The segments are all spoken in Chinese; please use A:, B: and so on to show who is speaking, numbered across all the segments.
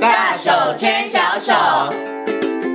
A: 大手牵小手。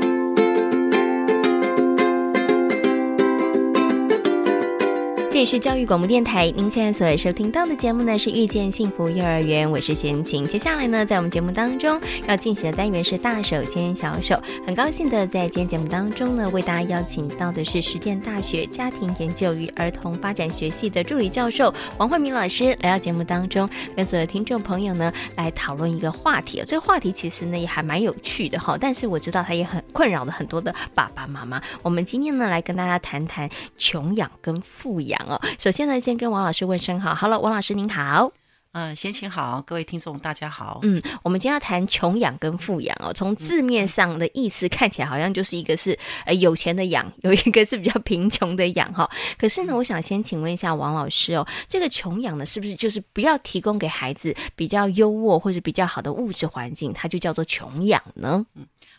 B: 这里是教育广播电台，您现在所收听到的节目呢是《遇见幸福幼儿园》，我是贤琴。接下来呢，在我们节目当中要进行的单元是“大手牵小手”，很高兴的在今天节目当中呢，为大家邀请到的是实践大学家庭研究与儿童发展学系的助理教授王慧明老师来到节目当中，跟所有的听众朋友呢来讨论一个话题。这个话题其实呢也还蛮有趣的哈，但是我知道它也很困扰了很多的爸爸妈妈。我们今天呢来跟大家谈谈穷养跟富养哦。首先呢，先跟王老师问声好。Hello，王老师您好。
C: 嗯，先请好，各位听众大家好。
B: 嗯，我们今天要谈穷养跟富养哦。从字面上的意思看起来，好像就是一个是呃有钱的养， 有一个是比较贫穷的养哈、可是呢，我想先请问一下王老师哦，这个穷养呢，是不是就是不要提供给孩子比较优渥或者比较好的物质环境，它就叫做穷养呢？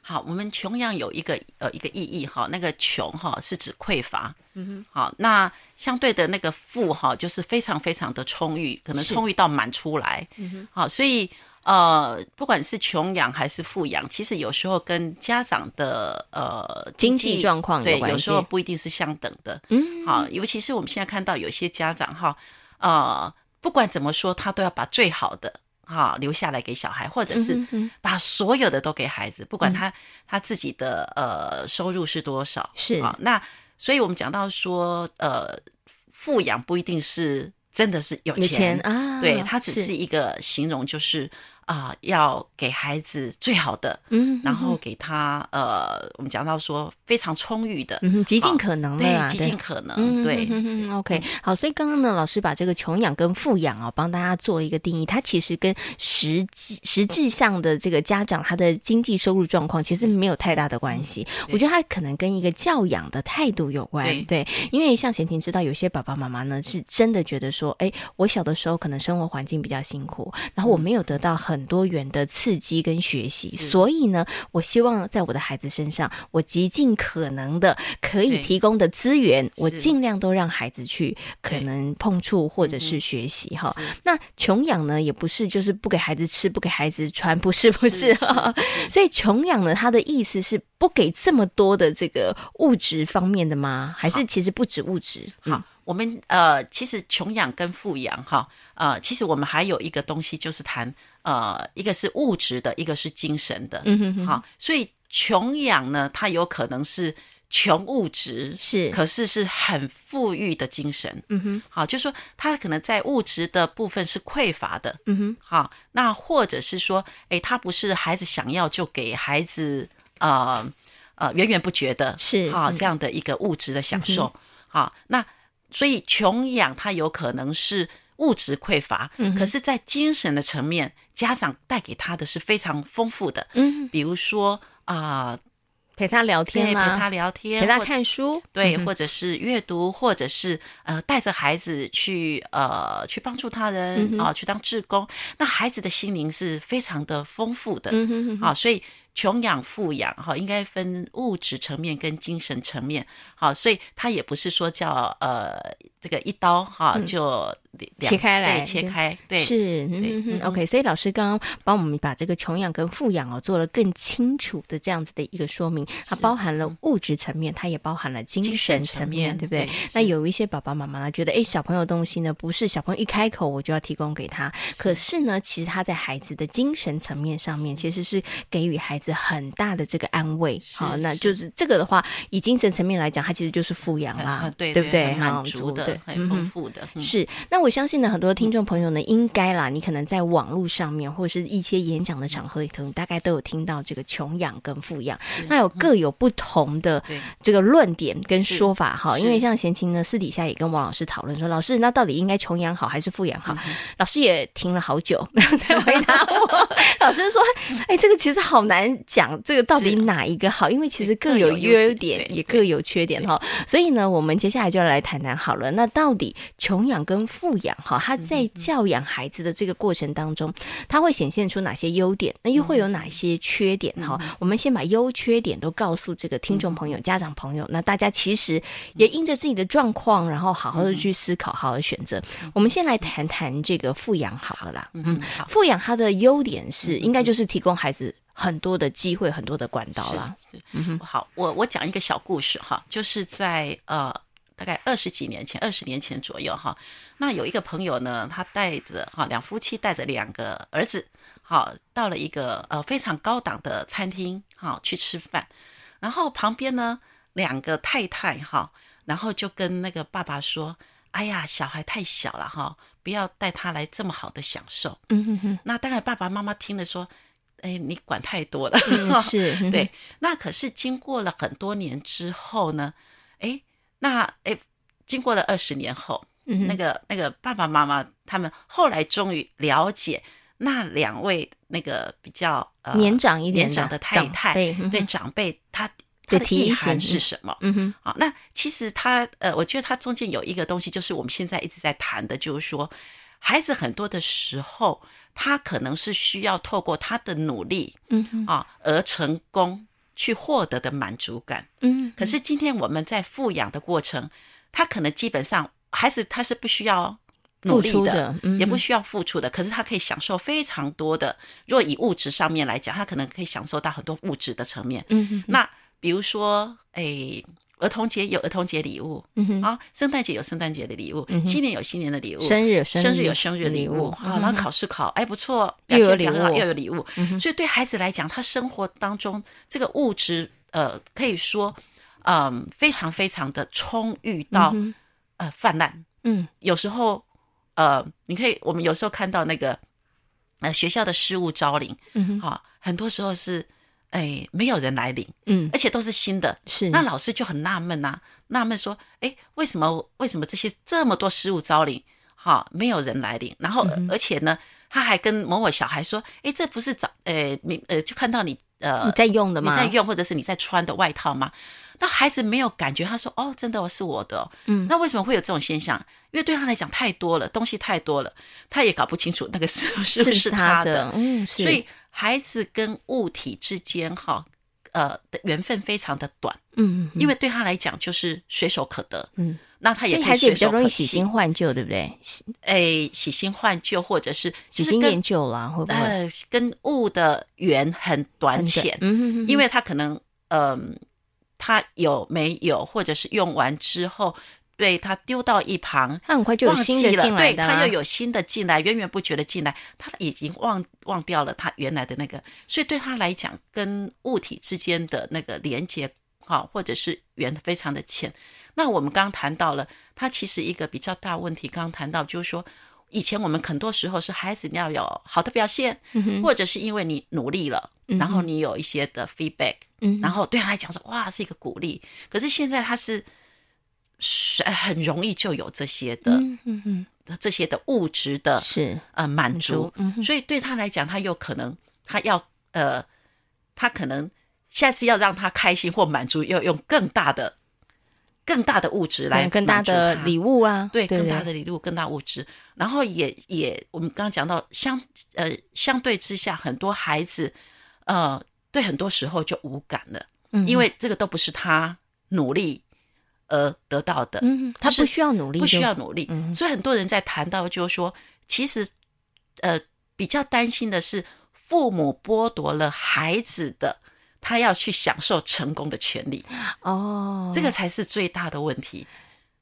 C: 好，我们穷养有一个呃一个意义哈，那个穷哈是指匮乏，嗯哼，好，那相对的那个富哈就是非常非常的充裕，可能
B: 是
C: 充裕到满出来，嗯哼，好，所以呃不管是穷养还是富养，其实有时候跟家长的呃
B: 经济状况有
C: 对
B: 关
C: 有
B: 系
C: 时候不一定是相等的，
B: 嗯，
C: 好，尤其是我们现在看到有些家长哈，呃，不管怎么说，他都要把最好的哈留下来给小孩，或者是
B: 嗯哼嗯
C: 把所有的都给孩子，不管他、他自己的呃收入是多少，
B: 是
C: 啊。那所以我们讲到说，呃，富养不一定是真的是有
B: 有钱啊，
C: 嗯对，它只是一个形容，就是啊、要给孩子最好的，
B: 嗯，
C: 然后给他呃，我们讲到说非常充裕的，
B: 嗯哼，极尽
C: 好
B: 可能的
C: 对
B: 啦，，
C: 极
B: 对
C: 尽可能，对，
B: 嗯哼哼哼，OK，好，所以刚刚呢，老师把这个穷养跟富养啊、帮大家做了一个定义，它其实跟实际实质上的这个家长他的经济收入状况其实没有太大的关系，我觉得它可能跟一个教养的态度有关，
C: 嗯对
B: 因为像贤婷知道，有些爸爸妈妈呢是真的觉得说，哎，我小的时候可能生活环境比较辛苦，然后我没有得到很多元的刺激跟学习，
C: 嗯是
B: 所以呢，我希望在我的孩子身上，我极尽可能的可以
C: 对
B: 提供的资源，我
C: 是
B: 尽量都让孩子去可
C: 对嗯
B: 能碰触或者嗯是学习哈。那穷养呢，也不是就是不给孩子吃，不给孩子穿，不是不
C: 嗯
B: 是哈。所以穷养呢，它的意思是不给这么多的这个物质方面的吗？还是其实不止物质？
C: 好，我们呃，其实穷养跟富养哈，呃，其实我们还有一个东西就是谈呃，一个是物质的，一个是精神的，
B: 嗯，嗯哼哼，
C: 好，所以穷养呢，它有可能是穷物质，
B: 是
C: 可是是很富裕的精神，
B: 嗯哼，
C: 好，就是说它可能在物质的部分是匮乏的，
B: 嗯哼，
C: 好，那或者是说，诶，他不是孩子想要就给孩子呃呃源源不绝的，
B: 是
C: 啊、
B: 嗯
C: 这样的一个物质的享受，好、那所以穷养它有可能是物质匮乏，
B: 嗯哼
C: 可是，在精神的层面，家长带给他的是非常丰富的，
B: 嗯，
C: 比如说啊，
B: 陪他聊
C: 对、
B: 天
C: 陪
B: 啦，
C: 他聊天，
B: 陪他
C: 或
B: 看书，
C: 对，
B: 嗯哼
C: 或者是阅读，或者是呃带着孩子去呃去帮助他人
B: 嗯哼
C: 啊、去当志工，那孩子的心灵是非常的丰富的。
B: 嗯哼哼哼，
C: 好，所以穷养富养哈、应该分物质层面跟精神层面。好、所以它也不是说叫呃这个一刀哈、就两
B: 嗯切开来
C: 对，切
B: 对
C: 开，对，
B: 是，
C: 对
B: 嗯哼
C: 嗯哼
B: OK，所以老师刚刚帮我们把这个穷养跟富养哦做了更清楚的这样子的一个说明，它包含了物质层面，它也包含了精
C: 嗯精
B: 神
C: 神
B: 层
C: 层
B: 面，
C: 面
B: 对不对
C: 对？
B: 那
C: 是
B: 有一些爸爸妈妈呢，觉得哎，诶小朋友的东西呢，不是小朋友一开口我就要提供给他，可是呢，其实他在孩子的精神层面上面，其实是给予孩子很大的这个安慰。好，那就是这个的话，以精神层面来讲，它其实就是富养
C: 很
B: 啦
C: 很，呃啊对
B: 不
C: 对
B: 对？
C: 很
B: 好
C: 满足的
B: 对，
C: 很
B: 嗯哼
C: 丰富的，嗯
B: 是，那我相信呢，很多听众朋友呢，应该啦，你可能在网络上面或者是一些演讲的场合里头，你大概都有听到这个穷养跟富养，那有各有不同的
C: 嗯对
B: 这个论点跟
C: 是
B: 说法哈。因为
C: 是
B: 像贤琴呢，私底下也跟王老师讨论说，老师那到底应该穷养好还是富养
C: 嗯
B: 好？ 老师也听了好久才回答我，老师说，哎，这个其实好难难讲这个到底
C: 是啊
B: 哪一个好，因为其
C: 对
B: 实各
C: 各
B: 有
C: 有优
B: 优
C: 点
B: 点，
C: 对对
B: 也各有缺点哈。所以呢，我们接下来就要来谈谈好了。那到底穷养跟富养哈，它
C: 嗯
B: 在教养孩子的这个过程当中，它会显现出哪些优点？那又会有
C: 嗯
B: 哪些缺点哈？我们先把优缺点都告诉这个听众
C: 嗯
B: 朋友、家长朋友。那大家其实也因着自己的状况，然后好好
C: 嗯
B: 的去思考，好好的选择。我们先来谈谈这个富养好了啦，嗯
C: 嗯，，好，
B: 富养它的优点是，应该就是提供孩子很多的机会，很多的管道啦。
C: 是，是好，我我讲一个小故事哈，就是在呃大概二十几年前，二十年前左右哈，那有一个朋友呢，他带着哈两夫妻带着两个儿子，好到了一个呃非常高档的餐厅哈去吃饭，然后旁边呢两个太太哈，然后就跟那个爸爸说：“哎呀，小孩太小了哈，不要带他来这么好的享受。”
B: 嗯哼哼，
C: 那当然，爸爸妈妈听了说：“哎，你管太多了。
B: 嗯是，嗯
C: 对，那可是经过了很多年之后呢，诶，那诶，经过了二十年后，
B: 嗯哼
C: 那个那个爸爸妈妈他们后来终于了解那两位那个比较呃
B: 年长一点
C: 年长的太
B: 长
C: 太
B: 辈嗯
C: 对
B: 哼
C: 长辈他
B: 的
C: 他的
B: 提
C: 意
B: 醒
C: 涵是
B: 嗯
C: 什么？
B: 嗯哼，
C: 啊，那其实它呃，我觉得它中间有一个东西，就是我们现在一直在谈的，就是说，孩子很多的时候，他可能是需要透过他的努力，
B: 嗯哼
C: 啊，而成功去获得的满足感。
B: 嗯，
C: 可是今天我们在富养的过程，他可能基本上孩子他是不需要努
B: 付
C: 力
B: 出的嗯
C: 也不需要付出的，可是他可以享受非常多的。若以物质上面来讲，他可能可以享受到很多物质的层面。
B: 嗯哼
C: 那比如说，诶，儿童节有儿童节礼物，
B: 嗯哼，
C: 啊，圣诞节有圣诞节的礼物，新年有新年的礼物，
B: 生日有生
C: 生
B: 日
C: 有生日礼
B: 礼物嗯
C: 物，好，然后考试考，哎，不错，
B: 又
C: 表
B: 有
C: 现良好
B: 礼物嗯
C: 又有礼物，所以对孩子来讲，他生活当中这个物质，呃，可以说，嗯、非常非常的充裕到、呃泛滥，
B: 嗯
C: 有时候，呃，你可以，我们有时候看到那个，呃，学校的失物招领，
B: 嗯哼
C: 好、很多时候是，哎，没有人来领，
B: 嗯，
C: 而且都是新的，
B: 是
C: 那老师就很纳闷呐、啊纳闷说：“哎，为什么为什么这些这么多失物招领，哈、没有人来领？然
B: 嗯
C: 后、而且呢，他还跟某某小孩说：‘哎，这不是早呃你呃就看到你呃
B: 你在用的
C: 你
B: 吗？
C: 在用或者是你在穿的外套吗？’那孩子没有感觉，他说：‘哦，真的哦是我的、哦。’
B: 嗯
C: 那为什么会有这种现象？因为对他来讲太多了，东西太多了，他也搞不清楚 那个是是
B: 是
C: 不
B: 不
C: 是
B: 是
C: 他
B: 的？嗯，是
C: 所以孩子跟物体之间哈。”呃，的缘分非常的短，
B: 嗯，嗯
C: 因为对他来讲就是随手可得，
B: 嗯，
C: 那他
B: 所
C: 也
B: 以
C: 可
B: 孩子
C: 随
B: 也比较
C: 手
B: 容
C: 可
B: 易喜
C: 弃
B: 新，换旧，对不对？喜
C: 哎，喜新换旧，或者是就
B: 喜
C: 是
B: 新
C: 跟
B: 厌旧啦，会不会？
C: 呃跟物的缘很短
B: 很短
C: 浅，
B: 嗯哼，
C: 因
B: 为
C: 为他可能嗯、他有没有，或者是用完之后对他丢到一旁。
B: 他很快就有
C: 忘
B: 新的
C: 记了，
B: 进来
C: 对
B: 的啊
C: 他
B: 啦
C: 又。有新的进来，源源不绝的进来，他已经忘忘掉了他原来的那个，所以对他来讲，跟物体之间的那个连接，哈、或者是缘非常的浅。那我们刚谈到了，他其实一个比较大问题，刚刚谈到就是说，以前我们很多时候是孩子你要有好的表现，
B: 嗯
C: 或者是因为你努力了，然后你有一些的 feedback，、
B: 嗯
C: 然后对他来讲说哇是一个鼓励，可是现在他是是很容易就有这些的、
B: 嗯嗯嗯，
C: 这些的物质的
B: 是
C: 呃满足，
B: 满足嗯哼
C: 所以对他来讲，他有可能他要呃，他可能下次要让他开心或满足，要用更大的、更大的物质
B: 可
C: 来
B: 能更大
C: 满足
B: 的
C: 他
B: 礼物啊，
C: 对，
B: 对不
C: 更
B: 对
C: 大的礼物、更大物质，然后也也，我们刚刚讲到相呃相对之下，很多孩子呃对很多时候就无感了，
B: 嗯
C: 因为这个都不是他努力而得到的，
B: 嗯，他
C: 就
B: 不
C: 是
B: 需要努力就，
C: 不需要努力。
B: 嗯
C: 所以很多人在谈到就是说，其实呃比较担心的是父母剥夺了孩子的他要去享受成功的权利，
B: 哦，
C: 这个才是最大的问题，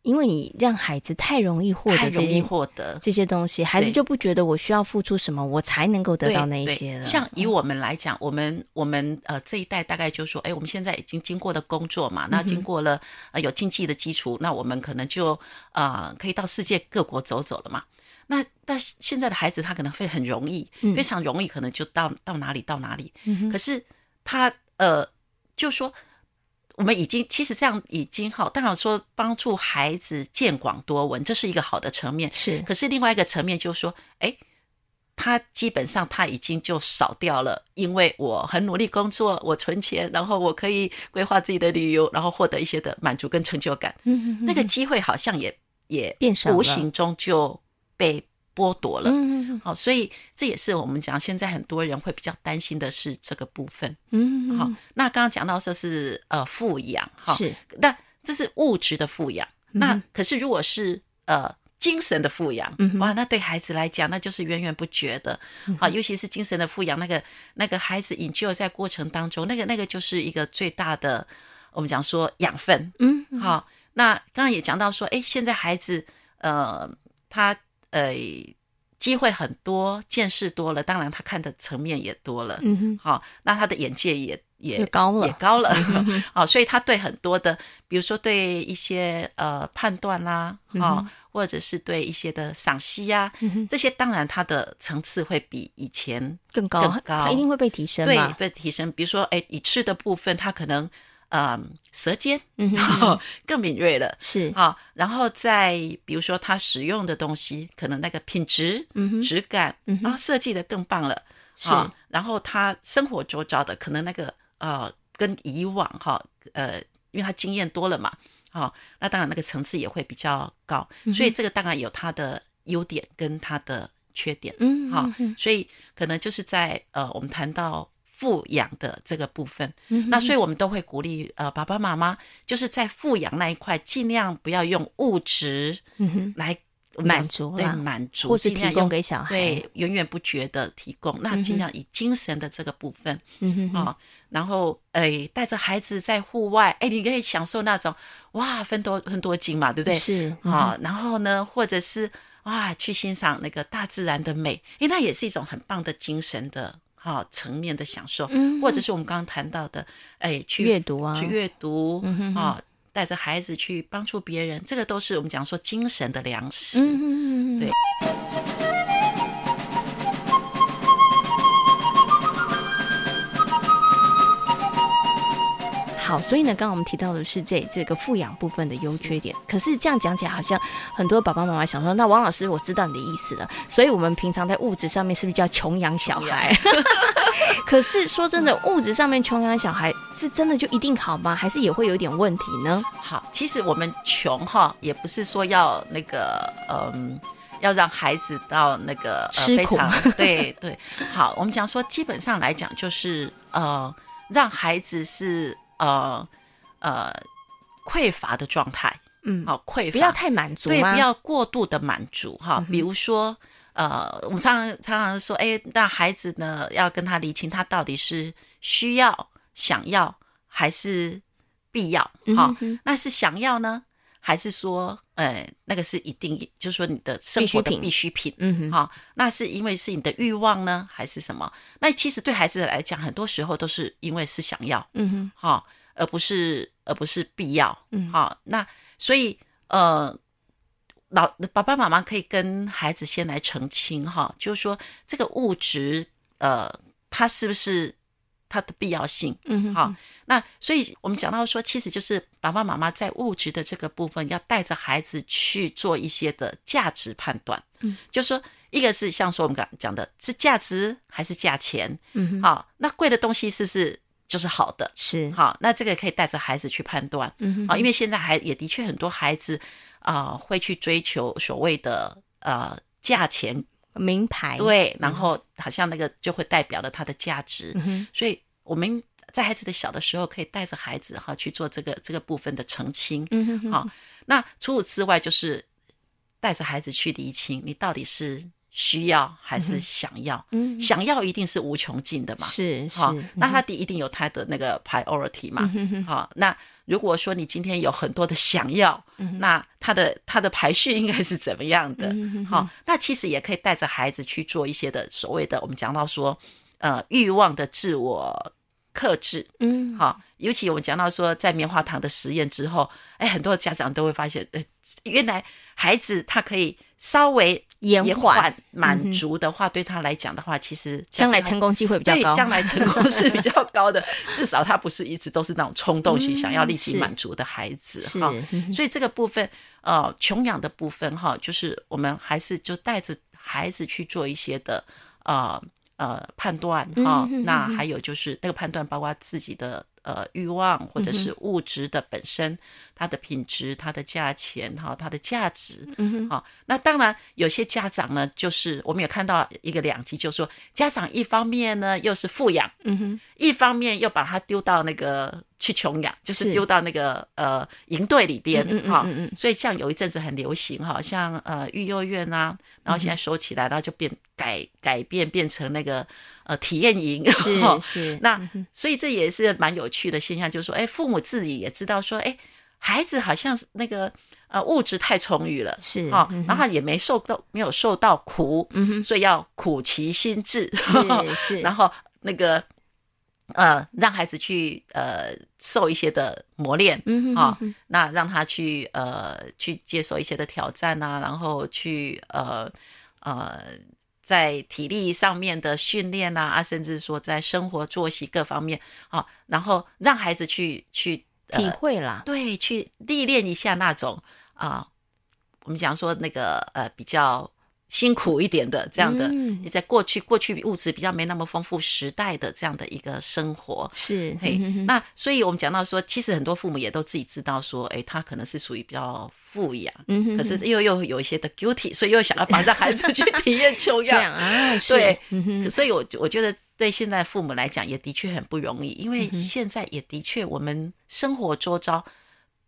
B: 因为你让孩子太容易获
C: 太
B: 得这
C: 容易
B: 些
C: 获得。
B: 这些东西，孩子
C: 对
B: 就不觉得我需要付出什么，我才能够得
C: 对
B: 到那一
C: 对
B: 些了。嗯
C: 像以我们来讲，我们我们呃这一代大概就说，哎，我们现在已经经过了工作
B: 嗯
C: 嘛，那经过了呃有经济的基础，那我们可能就呃可以到世界各国走走了嘛。那但是现在的孩子他可能会很容易，
B: 嗯
C: 非常容易，可能就到到哪里到哪里。可是他呃就说。我们已经其实这样已经好，当然说帮助孩子见广多闻，这是一个好的层面。
B: 是
C: 可是另外一个层面就是说，哎，他基本上他已经就少掉了，因为我很努力工作，我存钱，然后我可以规划自己的旅游，然后获得一些的满足跟成就感。
B: 嗯
C: 那个机会好像也也
B: 变少了
C: 无形中就被剥夺了。
B: 嗯
C: 好、所以这也是我们讲现在很多人会比较担心的是这个部分。
B: 嗯
C: 好、那刚刚讲到说是呃富养哈，
B: 是
C: 那这是物质的富养。
B: 嗯
C: 那可是如果是呃精神的富养，
B: 嗯哼嗯
C: 哇，那对孩子来讲那就是源源不绝的。好、尤其是精神的富养，那个那个孩子 enjoy 在过程当中，那个那个就是一个最大的我们讲说养分。
B: 嗯
C: 好、那刚刚也讲到说，哎，现在孩子，呃，他呃机会很多，见识多了，当然他看的层面也多了，
B: 嗯哼
C: 好、那他的眼界也也
B: 就高了
C: 也高 了，好、所以他对很多的，比如说对一些呃判断啦、啊，好、或者是对一些的赏析呀、
B: 嗯哼
C: 这些当然他的层次会比以前
B: 更高，
C: 更高
B: 它一定会被提升
C: 对
B: 嘛。
C: 被提升。比如说，哎，你吃的部分，他可能呃舌尖、
B: 嗯哼，
C: 更敏锐了。
B: 是
C: 啊，然后再比如说他使用的东西，可能那个品质、
B: 嗯哼
C: 质感，
B: 嗯哼
C: 然后设计的更棒了，
B: 是
C: 啊，然后他生活周遭的可能那个呃，跟以往哈、呃，因为他经验多了嘛，好、那当然那个层次也会比较高，
B: 嗯
C: 所以这个当然有它的优点跟它的缺点，
B: 嗯
C: 好、
B: 嗯嗯
C: 所以可能就是在呃，我们谈到富养的这个部分，
B: 嗯哼
C: 那所以我们都会鼓励呃爸爸妈妈，就是在富养那一块，尽量不要用物质
B: 嗯哼，
C: 来我们讲
B: 满足
C: 对
B: 啦
C: 满足，
B: 或是
C: 尽量
B: 提供
C: 用
B: 给小孩
C: 对源源不绝的提供，那尽量以精神的这个部分
B: 嗯哼
C: 啊、
B: 哼，
C: 然后诶、带着孩子在户外，哎、你可以享受那种哇分多很多金嘛，对不对？
B: 是嗯
C: 啊、然后呢，或者是哇，去欣赏那个大自然的美，诶，那也是一种很棒的精神的哈、层面的享受，
B: 嗯
C: 或者是我们刚刚谈到的，诶，去
B: 阅读啊
C: 去阅读
B: 嗯哼哼
C: 啊、带着孩子去帮助别人，这个都是我们讲说精神的粮食。
B: 嗯哼，
C: 对
B: 好，所以呢，刚刚我们提到的是这这个富养部分的优缺点。可是这样讲起来，好像很多爸爸妈妈想说，那王老师，我知道你的意思了。所以我们平常在物质上面是不是叫穷养小孩？ 可是说真的，物质上面穷养小孩是真的就一定好吗？还是也会有一点问题呢？
C: 好，其实我们穷哈，也不是说要那个嗯。要让孩子到那个、呃、
B: 吃
C: 非
B: 苦
C: 常 对对，好，我们讲说基本上来讲就是呃，让孩子是呃呃匮乏的状态，
B: 嗯
C: 好、匮乏，
B: 不要太满足啊嗯
C: 对，
B: 吗？
C: 不要过度的满足哈。比如说，呃，我们常常常常说，哎，那孩子呢，要跟他厘清他到底是需要、想要还是必要
B: 嗯
C: 哈
B: 哼、哼
C: 那是想要呢，还是说，呃，那个是一定，就是说你的生活的
B: 必需品
C: 必需品。
B: 嗯哼，
C: 好、那是因为是你的欲望呢，还是什么？那其实对孩子来讲，很多时候都是因为是想要，
B: 嗯哼，
C: 哈、而不是而不是必要，
B: 嗯
C: 好、那所以呃，老爸爸妈妈可以跟孩子先来澄清哈、就是说这个物质呃，它是不是它的必要性？
B: 嗯哼，
C: 好、那所以我们讲到说，其实就是爸爸妈妈在物质的这个部分，要带着孩子去做一些的价值判断。
B: 嗯，
C: 就说一个是像说我们刚讲的，是价值还是价钱？
B: 嗯哼，
C: 好、那贵的东西是不是就是好的？
B: 是，
C: 好，那这个可以带着孩子去判断。
B: 嗯哼，
C: 啊，因为现在还也的确很多孩子啊、呃会去追求所谓的呃价钱，
B: 名牌，，
C: 对，然后好像那个就会代表了它的价值，
B: 嗯哼，
C: 所以我们在孩子的小的时候可以带着孩子哈去做这个这个部分的澄清。
B: 嗯哼哼，
C: 好、那除此之外就是带着孩子去厘清你到底是需要还是想要，
B: 嗯，
C: 想要一定是无穷尽的嘛，
B: 是是
C: 好、，那他的一定有他的那个 priority 嘛，
B: 嗯哼
C: 好、那如果说你今天有很多的想要，那他的他的排序应该是怎么样的？好、
B: 嗯哼
C: 那其实也可以带着孩子去做一些的所谓的我们讲到说，呃，欲望的自我克制。
B: 嗯，
C: 好、尤其我们讲到说，在棉花糖的实验之后，哎，很多家长都会发现，呃，原来孩子他可以稍微
B: 延
C: 延
B: 缓嗯
C: 缓满足的话，对他来讲的话，其实
B: 将来
C: 对他
B: 成功机会比较
C: 对，
B: 高，
C: 将来成功是比较高 的，至少他不是一直都是那种冲动型、
B: 嗯
C: 想要立即
B: 是
C: 满足的孩子
B: 是
C: 哈。
B: 嗯哼
C: 所以这个部分，呃，穷养的部分哈，就是我们还是就带着孩子去做一些的呃呃判断
B: 嗯
C: 哈、
B: 哼
C: 那
B: 哼
C: 还有就是那个判断包括自己的呃欲望或者
B: 嗯
C: 是物质的本身，它的品质、它的价钱哈、它的价值。
B: 嗯
C: 好、那当然有些家长呢，就是我们有看到一个两极，就是说家长一方面呢又是富养，
B: 嗯哼，
C: 一方面又把他丢到那个去穷养，就是
B: 是
C: 丢到那个呃营队里边
B: 嗯嗯嗯
C: 哈、
B: 嗯嗯
C: 所以像有一阵子很流行哈，像呃育幼院
B: 嗯
C: 啊，然后现在收起来，然后就变改改变变成那个呃体验营。
B: 嗯是嗯是，
C: 那所以这也是蛮有趣的现象，就是说，哎，父母自己也知道说，哎，孩子好像是那个呃物质太充裕了，
B: 是
C: 哈、
B: 嗯哼
C: 然后也没受到没有受到苦，
B: 嗯哼，
C: 所以要苦其心志，
B: 嗯 是是，
C: 然后那个呃，让孩子去呃受一些的磨练，
B: 嗯哼
C: 啊
B: 嗯哼
C: 那让他去呃去接受一些的挑战啊，然后去呃呃在体力上面的训练啊，啊，甚至说在生活作息各方面啊，然后让孩子去去、呃、
B: 体会啦，
C: 对，去历练一下那种啊、我们讲说那个呃比较辛苦一点的这样的，
B: 嗯
C: 也在过去过去物质比较没那么丰富时代的这样的一个生活。
B: 是，
C: 嘿
B: 嗯哼哼，
C: 那所以我们讲到说，其实很多父母也都自己知道说，哎，他可能是属于比较富养，
B: 嗯哼
C: 可是
B: 哼
C: 又又有一些的 guilty，所以又想要把让孩子去 体验穷
B: 这
C: 养。
B: 样啊，是
C: 对，
B: 嗯哼
C: 可所以我我觉得对现在父母来讲也的确很不容易，因为
B: 嗯
C: 现在也的确我们生活周遭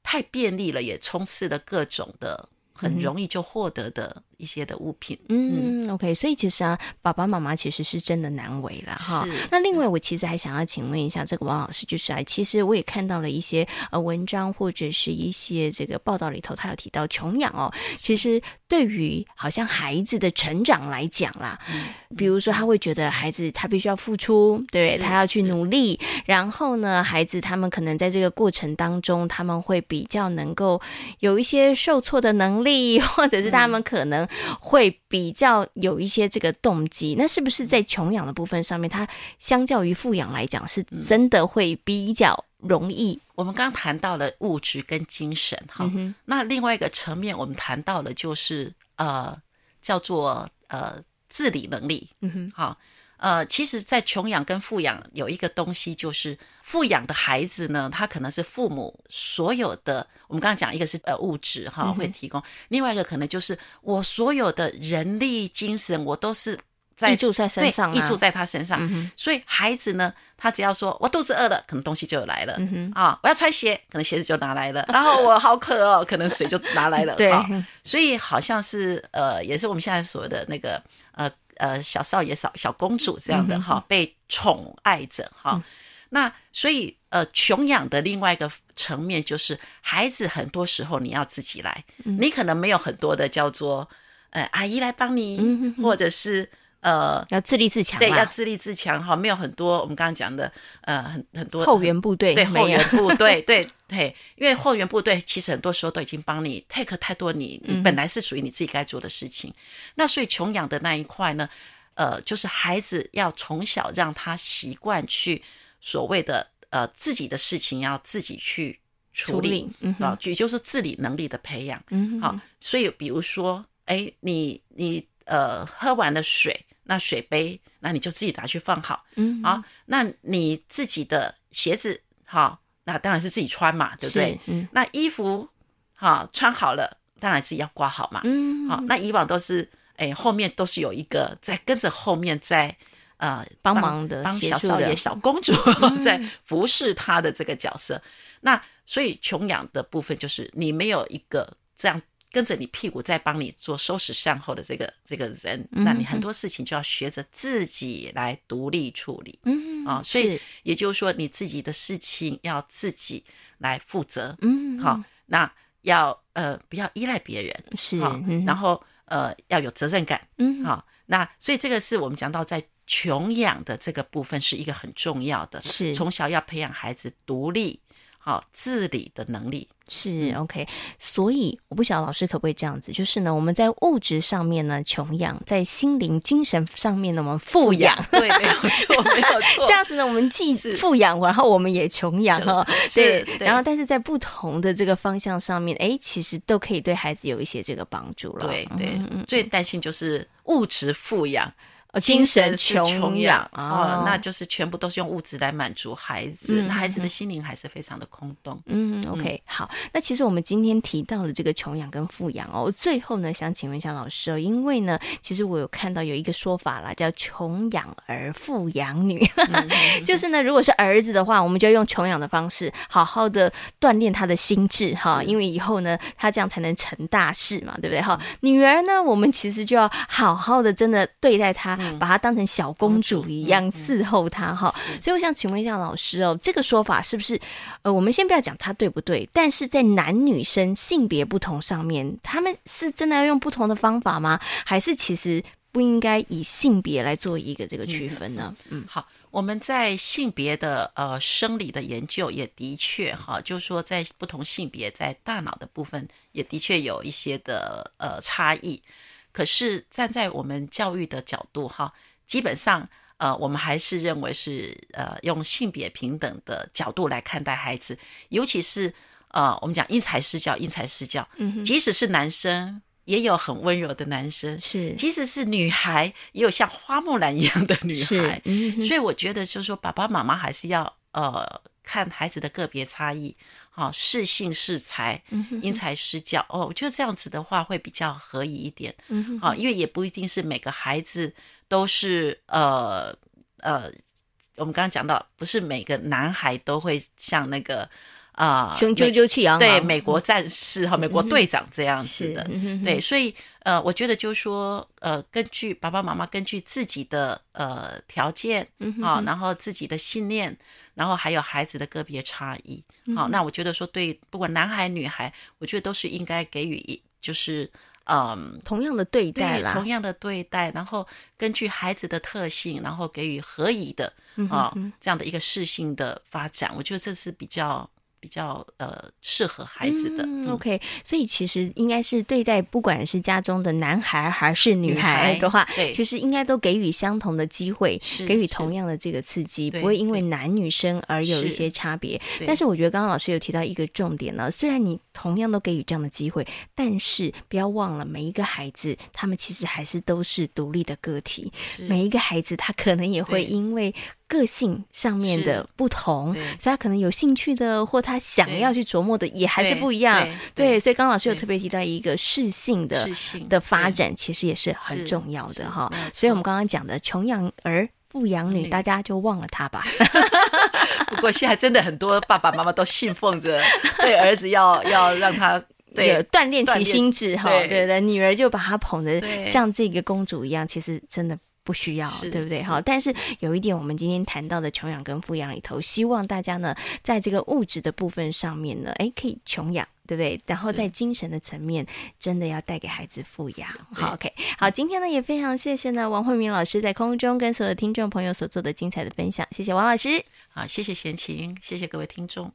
C: 太便利了，也充斥了各种的很容易就获得的一些的物品。
B: 嗯，OK，所以其实啊，爸爸妈妈其实是真的难为了哈
C: 是。
B: 那另外，我其实还想要请问一下这个王老师，就是啊，其实我也看到了一些呃文章或者是一些这个报道里头，他有提到穷养哦，其实对于好像孩子的成长来讲啦，
C: 嗯
B: 比如说他会觉得孩子他必须要付出，对
C: 是
B: 他要去
C: 是
B: 努力，然后呢，孩子他们可能在这个过程当中，他们会比较能够有一些受挫的能力， 或者是他们可能会比较有一些这个动机。那是不是在
C: 嗯
B: 穷养的部分上面，它相较于富养来讲，是
C: 嗯
B: 真的会比较容易？
C: 我们刚谈到了物质跟精神，哈、
B: 嗯哼
C: 那另外一个层面我们谈到了就是呃叫做呃自理能力，
B: 嗯哼，
C: 好，呃，其实，在穷养跟富养有一个东西，就是富养的孩子呢，他可能是父母所有的，我们刚刚讲一个是呃物质哈
B: 嗯
C: 会提供，另外一个可能就是我所有的人力、精神，我都是在
B: 溢注在身上、啊，
C: 对，溢注在他身上。所以孩子呢，他只要说我肚子饿了，可能东西就有来了、啊；我要穿鞋，可能鞋子就拿来了；然后我好渴哦，可能水就拿来了。
B: 对
C: 好所以好像是呃，也是我们现在所谓的那个呃呃小少爷、小小公主这
B: 嗯
C: 样的哈、被宠爱着哈。那所以呃，穷养的另外一个层面就是，孩子很多时候你要自己来，
B: 嗯
C: 你可能没有很多的叫做呃阿姨来帮你，或者是呃。
B: 要自立自嗯强啊
C: 对，
B: 啦
C: 要自立自强哈，没有很多我们刚刚讲的，呃，很很多
B: 后援部队
C: 对
B: 没有
C: 后援部队，对对，因为后援部队其实很多时候都已经帮你 take 太多你
B: 嗯
C: 你本来是属于你自己该做的事情，那所以穷养的那一块呢，呃，就是孩子要从小让他习惯去所谓的呃自己的事情要自己去处理，
B: 处理嗯哼
C: 啊，也就是自理能力的培养。
B: 嗯哼
C: 好、所以比如说，哎，你你呃喝完了水，那水杯，那你就自己拿去放好。
B: 嗯哼
C: 啊，那你自己的鞋子，好、那当然是自己穿嘛，对不对
B: 是？嗯
C: 那衣服，好、穿好了，当然自己要挂好嘛。
B: 嗯
C: 好、那以往都是，哎，后面都是有一个在跟着后面在。呃，
B: 帮忙的
C: 帮
B: 协
C: 小
B: 助
C: 少爷、
B: 的嗯
C: 小公主 在服侍她的这个角色。那所以穷养的部分就是你没有一个这样跟着你屁股在帮你做收拾善后的这个这个人，
B: 嗯
C: 那你很多事情就要学着自己来独立处理。
B: 嗯
C: 啊，所以
B: 是
C: 也就是说，你自己的事情要自己来负责，
B: 嗯
C: 好，那要呃不要依赖别人，
B: 是，
C: 好
B: 嗯哼，
C: 然后呃要有责任感，
B: 嗯
C: 好，那所以这个是我们讲到在穷养的这个部分是一个很重要的，
B: 是
C: 从小要培养孩子独立。好自理的能 力，
B: 是
C: 嗯
B: OK，所以我不晓得老师可不可以这样子，就是呢，我们在物质上面呢穷养，在心灵、精神上面呢我们富养，
C: 对，没有错，没有错，
B: 这样子呢，我们既
C: 是
B: 富养，然后我们也穷养哦，对
C: 是，对
B: 然后但是在不同的这个方向上面，哎，其实都可以对孩子有一些这个帮助了，
C: 对
B: 嗯
C: 对，最担心就是物质富养，
B: 哦精
C: 神
B: 神
C: 是
B: 穷
C: 氧
B: 氧
C: 哦
B: 哦，
C: 那就是全部都是用物质来满足孩子，
B: 嗯
C: 那孩子
B: 嗯
C: 的心灵还是非常的空洞。
B: 嗯，OK，好。那其实我们今天提到了这个穷养跟富养哦，最后呢，想请问一下老师哦，因为呢，其实我有看到有一个说法啦，叫穷养儿，富养女， 就是呢，如果是儿子的话，我们就用穷养的方式，好好的锻炼他的心智哈，因为以后呢，他这样才能成大事嘛，对不对哈？女儿呢，我们其实就要好好的真的对待她，把她当成小嗯公主嗯一样伺候她哈。所以我想请问一下老师哦，这个说法是不是呃，我们先不要讲它对不对，但是在男女生性别不同上面，他们是真的要用不同的方法吗？还是其实不应该以性别来做一个这个区分呢？嗯
C: 好，我们在性别的呃生理的研究也的确哈，就是说在不同性别在大脑的部分也的确有一些的呃差异。可是站在我们教育的角度哈，基本上呃我们还是认为是呃用性别平等的角度来看待孩子，尤其是呃我们讲因材施教，因材施教，
B: 嗯哼，
C: 即使是男生也有很温柔的男生，
B: 是
C: 即使是女孩，也有像花木兰一样的女
B: 是
C: 孩，。
B: 嗯哼
C: 所以我觉得就是说，爸爸妈妈还是要呃看孩子的个别差异，好、适性适才，
B: 嗯哼
C: 因材施教。哦，我觉得这样子的话会比较合宜一点。
B: 嗯哼
C: 好、因为也不一定是每个孩子都是呃呃，我们刚刚讲到，不是每个男孩都会像那个啊，
B: 雄赳赳气昂昂，
C: 对美国战士和美国队长这样子
B: 嗯是
C: 的，
B: 嗯哼
C: 对，所以呃，我觉得就是说，呃，根据爸爸妈妈根据自己的呃条件
B: 嗯哼
C: 啊、然后自己的信念，然后还有孩子的个别差异，
B: 嗯
C: 好、那我觉得说对，不管男孩女孩，我觉得都是应该给予一就是嗯。
B: 同样的对待
C: 对，
B: 啦，
C: 同样的对待，然后根据孩子的特性，然后给予合宜的
B: 嗯
C: 啊、这样的一个适性的发展，我觉得这是比较比较呃适合孩子的。
B: 嗯
C: 嗯
B: OK，所以其实应该是对待不管是家中的男孩还是女
C: 女孩
B: 孩的话，
C: 对
B: 其实应该都给予相同的机会，
C: 是
B: 给予
C: 是
B: 同样的这个刺激，
C: 对
B: 不会因为男女生而有一
C: 是
B: 些差别。
C: 对
B: 但是我觉得刚刚老师有提到一个重点呢，虽然你同样都给予这样的机会，但是不要忘了每一个孩子，他们其实还是都是独立的个体，每一个孩子他可能也会
C: 对
B: 因为个性上面
C: 是
B: 的不同，所
C: 对
B: 以他可能有兴趣的或他想
C: 对
B: 要去琢磨的也还是
C: 对
B: 不一样。
C: 对
B: 对，
C: 对
B: 所以刚刚老师有
C: 对
B: 特别提到一个适性的
C: 适性
B: 的发
C: 对
B: 展，其实也是
C: 嗯
B: 很
C: 是
B: 重要的
C: 是
B: 哈
C: 没有。
B: 所以我
C: 错
B: 们刚刚讲的穷养儿。富养女，
C: 嗯
B: 大家就忘了她吧。
C: 不过现在真的很多爸爸妈妈都信奉着对儿子要要让他
B: 有
C: 对
B: 锻炼
C: 锻炼
B: 其心智哈，
C: 对
B: 对不对？女儿就把她捧得
C: 对
B: 像这个公主一样，其实真的。不需要，
C: 是
B: 对不对？
C: 是
B: 哈，但是有一点，我们今天谈到的穷养跟富养里头，希望大家呢，在这个物质的部分上面呢，哎，可以穷养，对不对？然后
C: 是
B: 在精神的层面，真的要带给孩子富养。
C: 对
B: 好，OK，好，今天呢也非常谢谢呢王慧敏老师在空中跟所有的听众朋友所做的精彩的分享，谢谢王老师。
C: 啊，谢谢贤琴，谢谢各位听众。